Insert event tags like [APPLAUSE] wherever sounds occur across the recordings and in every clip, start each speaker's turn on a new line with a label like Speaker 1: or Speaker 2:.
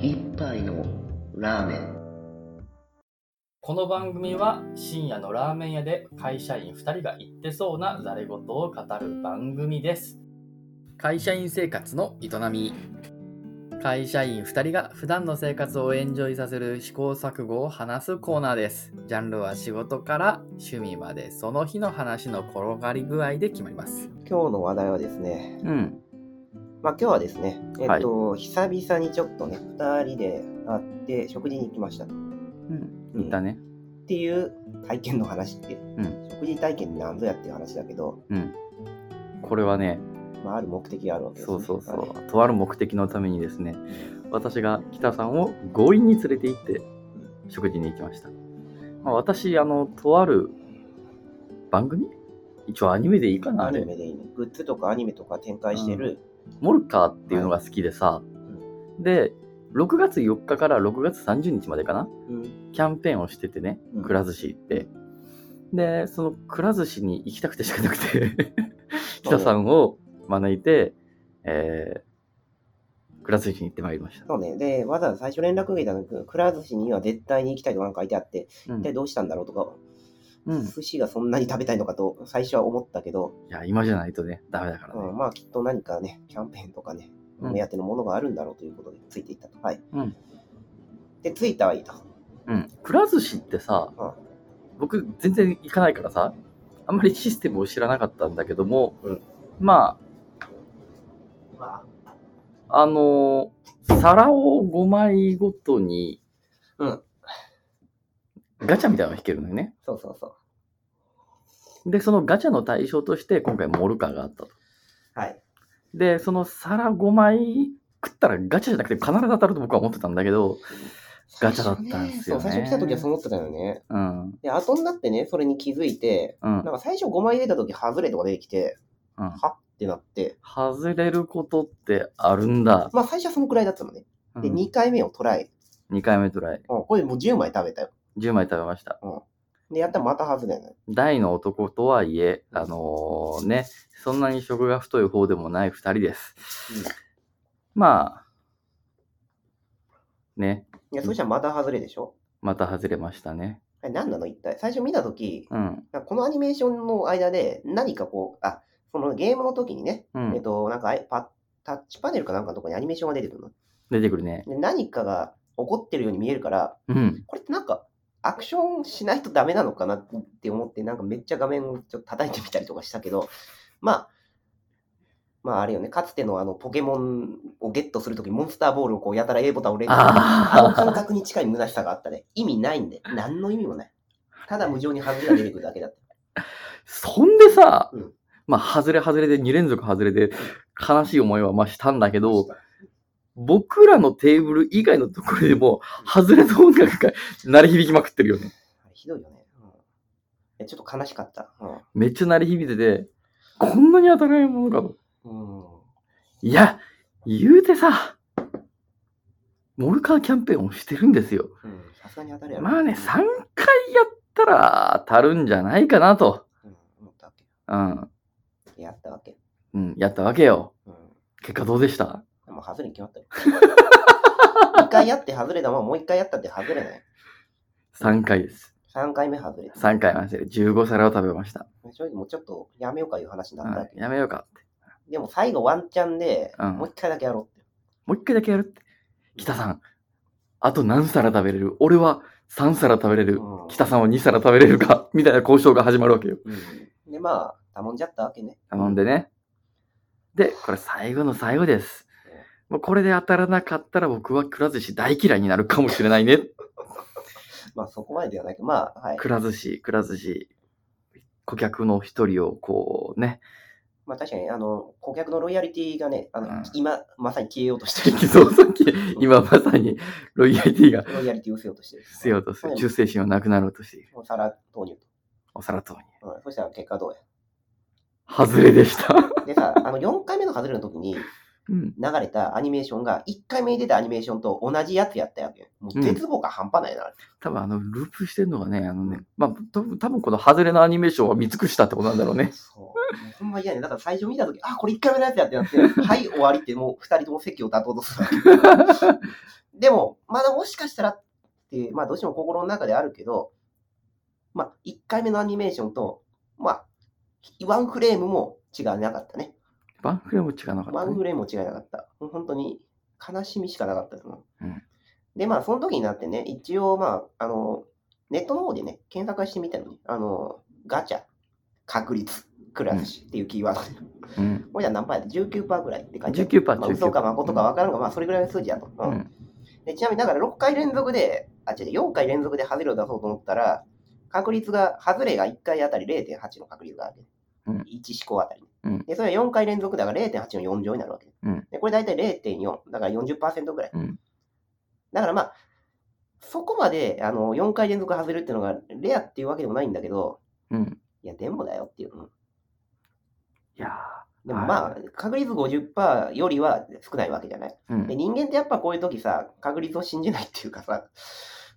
Speaker 1: 一杯のラーメン
Speaker 2: この番組は深夜のラーメン屋で会社員2人が言ってそうなざれ言を語る番組です
Speaker 3: 会社員生活の営み
Speaker 2: 会社員2人が普段の生活をエンジョイさせる試行錯誤を話すコーナーですジャンルは仕事から趣味までその日の話の転がり具合で決まります
Speaker 1: 今日の話題はですね
Speaker 3: うん
Speaker 1: まあ今日はですねえっ、と、久々にちょっとね2人で会って食事に行きましたと、うん
Speaker 3: だね
Speaker 1: っていう体験の話って、
Speaker 3: ん
Speaker 1: 食事体験って何ぞやっていう話だけど、
Speaker 3: うんこれはね
Speaker 1: まあ、ある目的があるわけです、ね、
Speaker 3: そうそうそうとある目的のためにですね私が北さんを強引に連れて行って食事に行きました、まあ、私あのとある番組一応アニメでいいかな
Speaker 1: ア
Speaker 3: あ
Speaker 1: ニ
Speaker 3: れ
Speaker 1: メでいいねグッズとかアニメとか展開してる、
Speaker 3: モルカーっていうのが好きでさ、で6月4日から6月30日までかな
Speaker 1: うん
Speaker 3: キャンペーンをしててね
Speaker 1: うん
Speaker 3: くら寿司行って、でそのくら寿司に行きたくてしかなくて北さんを招いて、えー、くら寿司に行ってまいりました、
Speaker 1: そうね。で、わざわざ最初連絡受けたのに、くら寿司には絶対に行きたいとなんか書いてあって、
Speaker 3: う
Speaker 1: 一
Speaker 3: ん
Speaker 1: 体どうしたんだろうとか、
Speaker 3: うん、い
Speaker 1: 寿司がそんなに食べたいのかと最初は思ったけど、
Speaker 3: や今じゃないとねダメだからね、
Speaker 1: うんまあきっと何かね、キャンペーンとかね、
Speaker 3: うん
Speaker 1: 目当てのものがあるんだろうということで、ついていったと。はい。
Speaker 3: うん
Speaker 1: で、ついたはいいと。
Speaker 3: うん、くら寿司ってさ、
Speaker 1: うん
Speaker 3: 僕全然行かないからさあんまりシステムを知らなかったんだけども、
Speaker 1: うん
Speaker 3: まああのー皿を5枚ごとに
Speaker 1: うん。
Speaker 3: ガチャみたいなのが引けるのよね
Speaker 1: そうそうそう。
Speaker 3: でそのガチャの対象として今回モルカーがあったと
Speaker 1: はい。
Speaker 3: でその皿5枚食ったらガチャじゃなくて必ず当たると僕は思ってたんだけどガチャだったんですよね
Speaker 1: そう、最初来た時はそう思ってたよね。
Speaker 3: うんうん
Speaker 1: で、後になってね、それに気づいて、
Speaker 3: うん
Speaker 1: なんか最初5枚出た時、外れとか出てきて、はってなって、
Speaker 3: 外れることってあるんだ、
Speaker 1: まあ最初はそのくらいだったのね。
Speaker 3: うん
Speaker 1: で、2回目をトライ。
Speaker 3: 2回目トライ
Speaker 1: うん、これもう10枚食べたよ。
Speaker 3: 10枚食べました
Speaker 1: で、やったらまた外れない。
Speaker 3: 大の男とはいえ、あのーね、そんなに食が太い方でもない2人です。まあ、ね、
Speaker 1: いや、そしたらまた外れでしょ
Speaker 3: また外れましたね。
Speaker 1: あれ何なの一体。最初見たとき、
Speaker 3: うん、
Speaker 1: なんかこのアニメーションの間で何かこう、あ、そのゲームの時にね、
Speaker 3: う
Speaker 1: えっ
Speaker 3: ん、
Speaker 1: と、なんかあいパタッチパネルかなんかのとこにアニメーションが出てくるの。
Speaker 3: 出てくるね。
Speaker 1: で、何かが起こってるように見えるから、
Speaker 3: うん、
Speaker 1: これってなんか、アクションしないとダメなのかなって思って、なんかめっちゃ画面をちょっと叩いてみたりとかしたけど、まあ、まああれよね、かつてのあのポケモンをゲットするとき、モンスターボールをこうやたら A ボタンを連打するあの
Speaker 3: あ
Speaker 1: 感覚に近い虚しさがあったね。意味ないんで。何の意味もない。ただ無情に外れが出てくるだけだって。
Speaker 3: あ、そんでさ、
Speaker 1: うん
Speaker 3: まあ、外れ外れで2連続外れで、悲しい思いはまあしたんだけど、僕らのテーブル以外のところでも、外れの音楽が鳴り響きまくってるよね。
Speaker 1: ひどいよね。うんいやちょっと悲しかった。
Speaker 3: めっちゃ鳴り響いてて、こんなに当たらないものかと。
Speaker 1: うん。うん
Speaker 3: いや、言うてさ、モルカーキャンペーンをしてるんですよ。
Speaker 1: うんさすがに当たるやろ。
Speaker 3: まあね、
Speaker 1: う
Speaker 3: 3
Speaker 1: ん
Speaker 3: 回やったら当たるんじゃないかなと。
Speaker 1: うん思ったわ
Speaker 3: うん。
Speaker 1: け。やったわけ。
Speaker 3: うん、やったわけよ。
Speaker 1: うん。
Speaker 3: 結果どうでした
Speaker 1: でも外れに決まったよ。 [LAUGHS] 一回やって外れたもん、もう一回やったって外れない。
Speaker 3: ?3 回です。
Speaker 1: 三回目外れた。
Speaker 3: 3回まで15皿を食べました。
Speaker 1: 正直もうちょっとやめようかいう話になったわ
Speaker 3: うん、。
Speaker 1: け
Speaker 3: やめようかって。
Speaker 1: でも最後ワンチャンで、
Speaker 3: うん
Speaker 1: もう一回だけやろうって。
Speaker 3: もう一回だけやるって。北さん、あと何皿食べれる俺は3皿食べれる
Speaker 1: うん。
Speaker 3: 北さんは2皿食べれるかみたいな交渉が始まるわけよ。
Speaker 1: で、まあ、頼んじゃったわけね。
Speaker 3: 頼んでね。で、これ最後の最後です。もうこれで当たらなかったら僕はくら寿司大嫌いになるかもしれないね。
Speaker 1: まあそこまでではないけど、まあ、はい。
Speaker 3: くら寿司、くら寿司。顧客の一人をこう
Speaker 1: [LAUGHS]
Speaker 3: ね、
Speaker 1: まあ確かに、あの、顧客のロイヤリティがね、あの、
Speaker 3: うん
Speaker 1: 今、まさに消えようとしてる。
Speaker 3: [LAUGHS] そうさっき、今まさにロイヤリティが
Speaker 1: ロイヤリティを失せようとしてる。
Speaker 3: 必要とする、
Speaker 1: うん
Speaker 3: 忠誠心はなくなろうとしている。
Speaker 1: お皿投入
Speaker 3: お皿とに。
Speaker 1: と。うん、そしたら結果どう
Speaker 3: 外れでした。
Speaker 1: や。でさ、あの、4回目の外れの時に
Speaker 3: うん。
Speaker 1: 流れたアニメーションが、1回目に出たアニメーションと同じやつやったわけよ。もう絶望感半端ないな。
Speaker 3: 多分あの、ループしてるのがね、あのね、まあ、と多分この外れのアニメーションは見尽くしたってことなんだろう
Speaker 1: [LAUGHS]
Speaker 3: ね。
Speaker 1: そう。もうほんま嫌ね。だから最初見た時、あ、これ1回目のやつやってなって、はい、終わりってもう2人とも席を立とうとするわけ。でも、まだもしかしたらって、まあどうしても心の中であるけど、まあ1回目のアニメーションと、まあ、ワンフレームも違わなかったね。
Speaker 3: ワンフレーム違なかった
Speaker 1: ワン
Speaker 3: ね、
Speaker 1: フレームも違いなかった。もう本当に悲しみしかなかったですな。
Speaker 3: うん
Speaker 1: で、まあその時になってね、一応まあ、あの、ネットの方でね、検索はしてみたのに、あの、ガチャ、確率、クラッシュっていうキーワードで
Speaker 3: うん。
Speaker 1: これじゃ何パーやった ?19% ぐらいって感じ
Speaker 3: 19%
Speaker 1: まあ、嘘か誠か分からんが、まあ、それぐらいの数字やと。う
Speaker 3: うんん。
Speaker 1: でちなみに、だから6回連続で、あ、違う、4回連続で外れを出そうと思ったら、確率が、外れが1回あたり0.8の確率があるわ
Speaker 3: うん
Speaker 1: け。1思考あたりね。
Speaker 3: うん
Speaker 1: で、それが4回連続だから0.8の4乗になるわけ。
Speaker 3: うん
Speaker 1: で、これ大体0.4、だから40%ぐらい。
Speaker 3: うん
Speaker 1: だからまあ、そこまで、あの、4回連続外れるっていうのがレアっていうわけでもないんだけど、
Speaker 3: うん。
Speaker 1: いや、でもだよっていう。うん
Speaker 3: いや
Speaker 1: でもまあ、確率50%よりは少ないわけじゃない。
Speaker 3: ー、うん
Speaker 1: で人間ってやっぱこういう時さ、確率を信じないっていうかさ、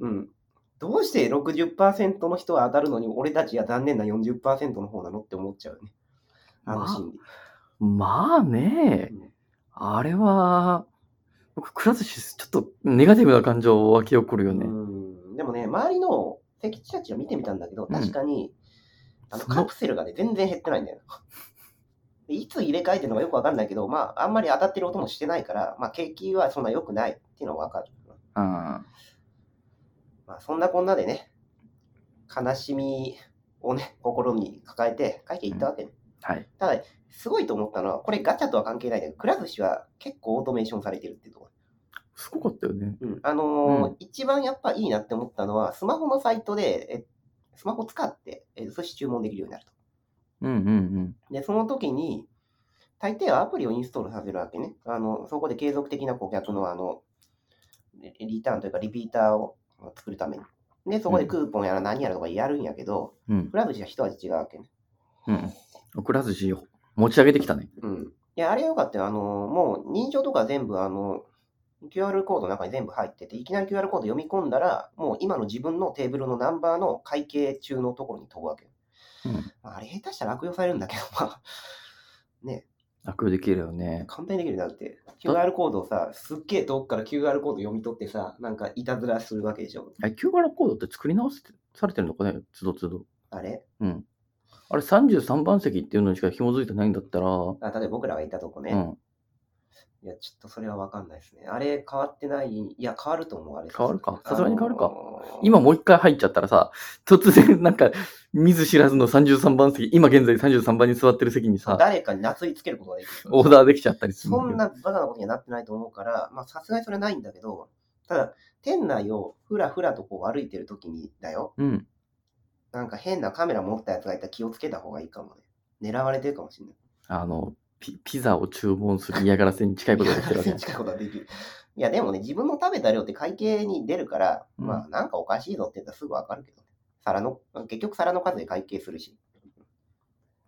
Speaker 1: うん、どうして60%の人は当たるのに、俺たちは残念な40%の方なのって思っちゃうよね。あの心理。
Speaker 3: まあね
Speaker 1: うん、
Speaker 3: あれは、僕、クラスシス、ちょっとネガティブな感情を湧き起こるよね。
Speaker 1: うんでもね、周りの敵地たちを見てみたんだけど、
Speaker 3: うん
Speaker 1: 確かに、あの
Speaker 3: その
Speaker 1: カプセルがね、全然減ってないんだよ。でいつ入れ替えてるのかよくわかんないけど、まあ、あんまり当たってる音もしてないから、まあ、景気はそんな良くないっていうのはわかる。
Speaker 3: うん。
Speaker 1: まあ、そんなこんなでね、悲しみをね、心に抱えて書いていったわけ、
Speaker 3: はい。
Speaker 1: ただ、すごいと思ったのは、これガチャとは関係ないんだけど、くら寿司は結構オートメーションされてるっていうとこ
Speaker 3: すごかったよね。
Speaker 1: ろ。うん。あのー
Speaker 3: う
Speaker 1: 一番やっぱいいなって思ったのは、スマホのサイトで、えスマホ使って、え寿司注文できるようになると。
Speaker 3: うんうん
Speaker 1: で、その時に、大抵はアプリをインストールさせるわけね。あの、そこで継続的な顧客のあの、リリターンというかリピーターを作るために。で、そこでクーポンやら何やらとかやるんやけど、
Speaker 3: うん。うん
Speaker 1: くら寿司は一味違うわけね。
Speaker 3: うん。くら寿司、持ち上げてきたね。
Speaker 1: うん。いや、あれよかったよ。あの、もう認証とか全部、あの、QR コードの中に全部入ってて、いきなり QR コード読み込んだら、もう今の自分のテーブルのナンバーの会計中のところに飛ぶわけよ。
Speaker 3: うん。
Speaker 1: まああれ下手したら悪用されるんだけど、 [LAUGHS] まあ、ね、
Speaker 3: 楽できるよね。
Speaker 1: 簡単にできるようになって、QR コードをさ、すっげえ遠くから QR コード読み取ってさ、なんかいたずらするわけでしょ。
Speaker 3: あ QR コードって作り直せてされてるのかね、つどつど。
Speaker 1: あれ
Speaker 3: うん。あれ、33番席っていうのにしか紐づいてないんだったら、
Speaker 1: あ例えば僕らがいたとこね。
Speaker 3: うん。
Speaker 1: いや、ちょっとそれはわかんないですね。あれ変わってない、いや、変わると思う、あれ。
Speaker 3: 変わるかさすがに変わるか
Speaker 1: あのー
Speaker 3: 今もう一回入っちゃったらさ、突然なんか、見ず知らずの33番席、今現在33番に座ってる席にさ、
Speaker 1: 誰かになすりつけることができる。
Speaker 3: オーダーできちゃったりする
Speaker 1: そん
Speaker 3: だ
Speaker 1: なバカなことにはなってないと思うから、まあさすがにそれはないんだけど、ただ、店内をふらふらとこう歩いてるときにだよ、
Speaker 3: けど。うん。
Speaker 1: なんか変なカメラ持ったやつがいたら気をつけた方がいいかもね。狙われてるかもしれない。
Speaker 3: あの、ピピザを注文する嫌がらせに近いことができてるわけ
Speaker 1: 全。 [LAUGHS] 近いことはできる。いや、でもね、自分の食べた量って会計に出るから、
Speaker 3: うん
Speaker 1: まあなんかおかしいぞって言ったらすぐわかるけどね。皿の、結局皿の数で会計するし。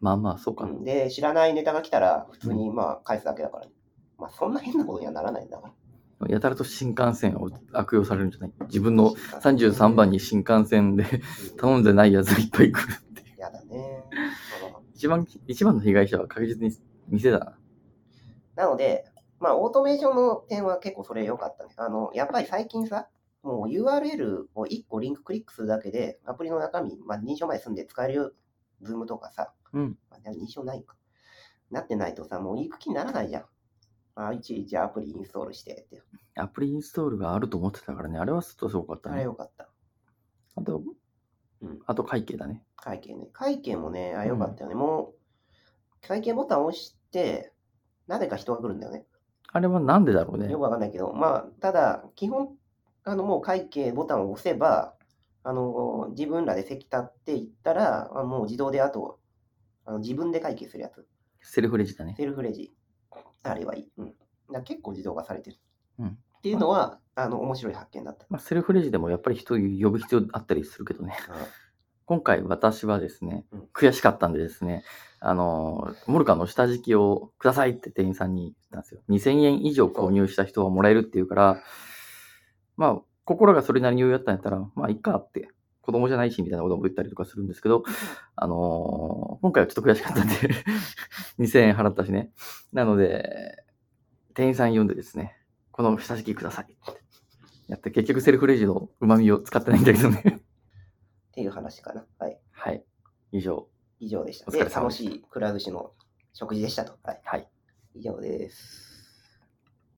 Speaker 3: まあまあ、そうかな。
Speaker 1: うんで、知らないネタが来たら、普通にまあ返すだけだからね。まあそんな変なことにはならないんだから。
Speaker 3: やたらと新幹線を悪用されるんじゃない自分の33番に新幹線で [LAUGHS] 頼んでないやつがいっぱい来る [LAUGHS] っていう。
Speaker 1: やだね。
Speaker 3: 一番、一番の被害者は確実に店だな。
Speaker 1: なので、まあ、オートメーションの点は結構それ良かったね。あの、やっぱり最近さ、もう URL を1個リンククリックするだけで、アプリの中身、まあ、認証まで済んで使えるよ、ズームとかさ、
Speaker 3: うん
Speaker 1: まあ、でも認証ないか。なってないとさ、もう行く気にならないじゃん。まあ、いちいちアプリインストールしてって。
Speaker 3: アプリインストールがあると思ってたからね。あれはすっとすごかった
Speaker 1: あれ
Speaker 3: ね。
Speaker 1: 良かった。
Speaker 3: あと
Speaker 1: うん、
Speaker 3: あと会計だね。
Speaker 1: 会計ね。会計もね、あ、良かったよね。もう、会計ボタンを押して、なぜか人が来るんだよね。
Speaker 3: あれはなんでだろうね
Speaker 1: よく。わかんないけど、まあ、ただ、基本、あの、もう会計ボタンを押せば、あの、自分らで席立っていったら、あもう自動であと、あの自分で会計するやつ。
Speaker 3: セルフレジだね。
Speaker 1: セルフレジ。あれはいい。うん。だから結構自動化されてる。
Speaker 3: うん
Speaker 1: っていうのは、あの、面白い発見だった。
Speaker 3: まあ、セルフレジでもやっぱり人呼ぶ必要あったりするけどね。今回私はですね
Speaker 1: うん、
Speaker 3: 悔しかったんでですね、あの、モルカの下敷きをくださいって店員さんに言ったんですよ。2000円以上購入した人はもらえるっていうから、まあ、心がそれなりに余裕だったんやったら、まあ、いっかって、子供じゃないし、みたいなことも言ったりとかするんですけど、あの今回はちょっと悔しかったんで、2000円払ったしね。なので、店員さん呼んでですね、この下敷きくださいって。やって、結局セルフレジの旨味を使ってないんだけどね。
Speaker 1: ていう話かな。はい。
Speaker 3: はい。以上。
Speaker 1: 以上でした。
Speaker 3: お
Speaker 1: で、
Speaker 3: 疲れ様
Speaker 1: 楽
Speaker 3: でした
Speaker 1: しいくら寿司の食事でしたと。はい。
Speaker 3: はい。
Speaker 1: 以上です。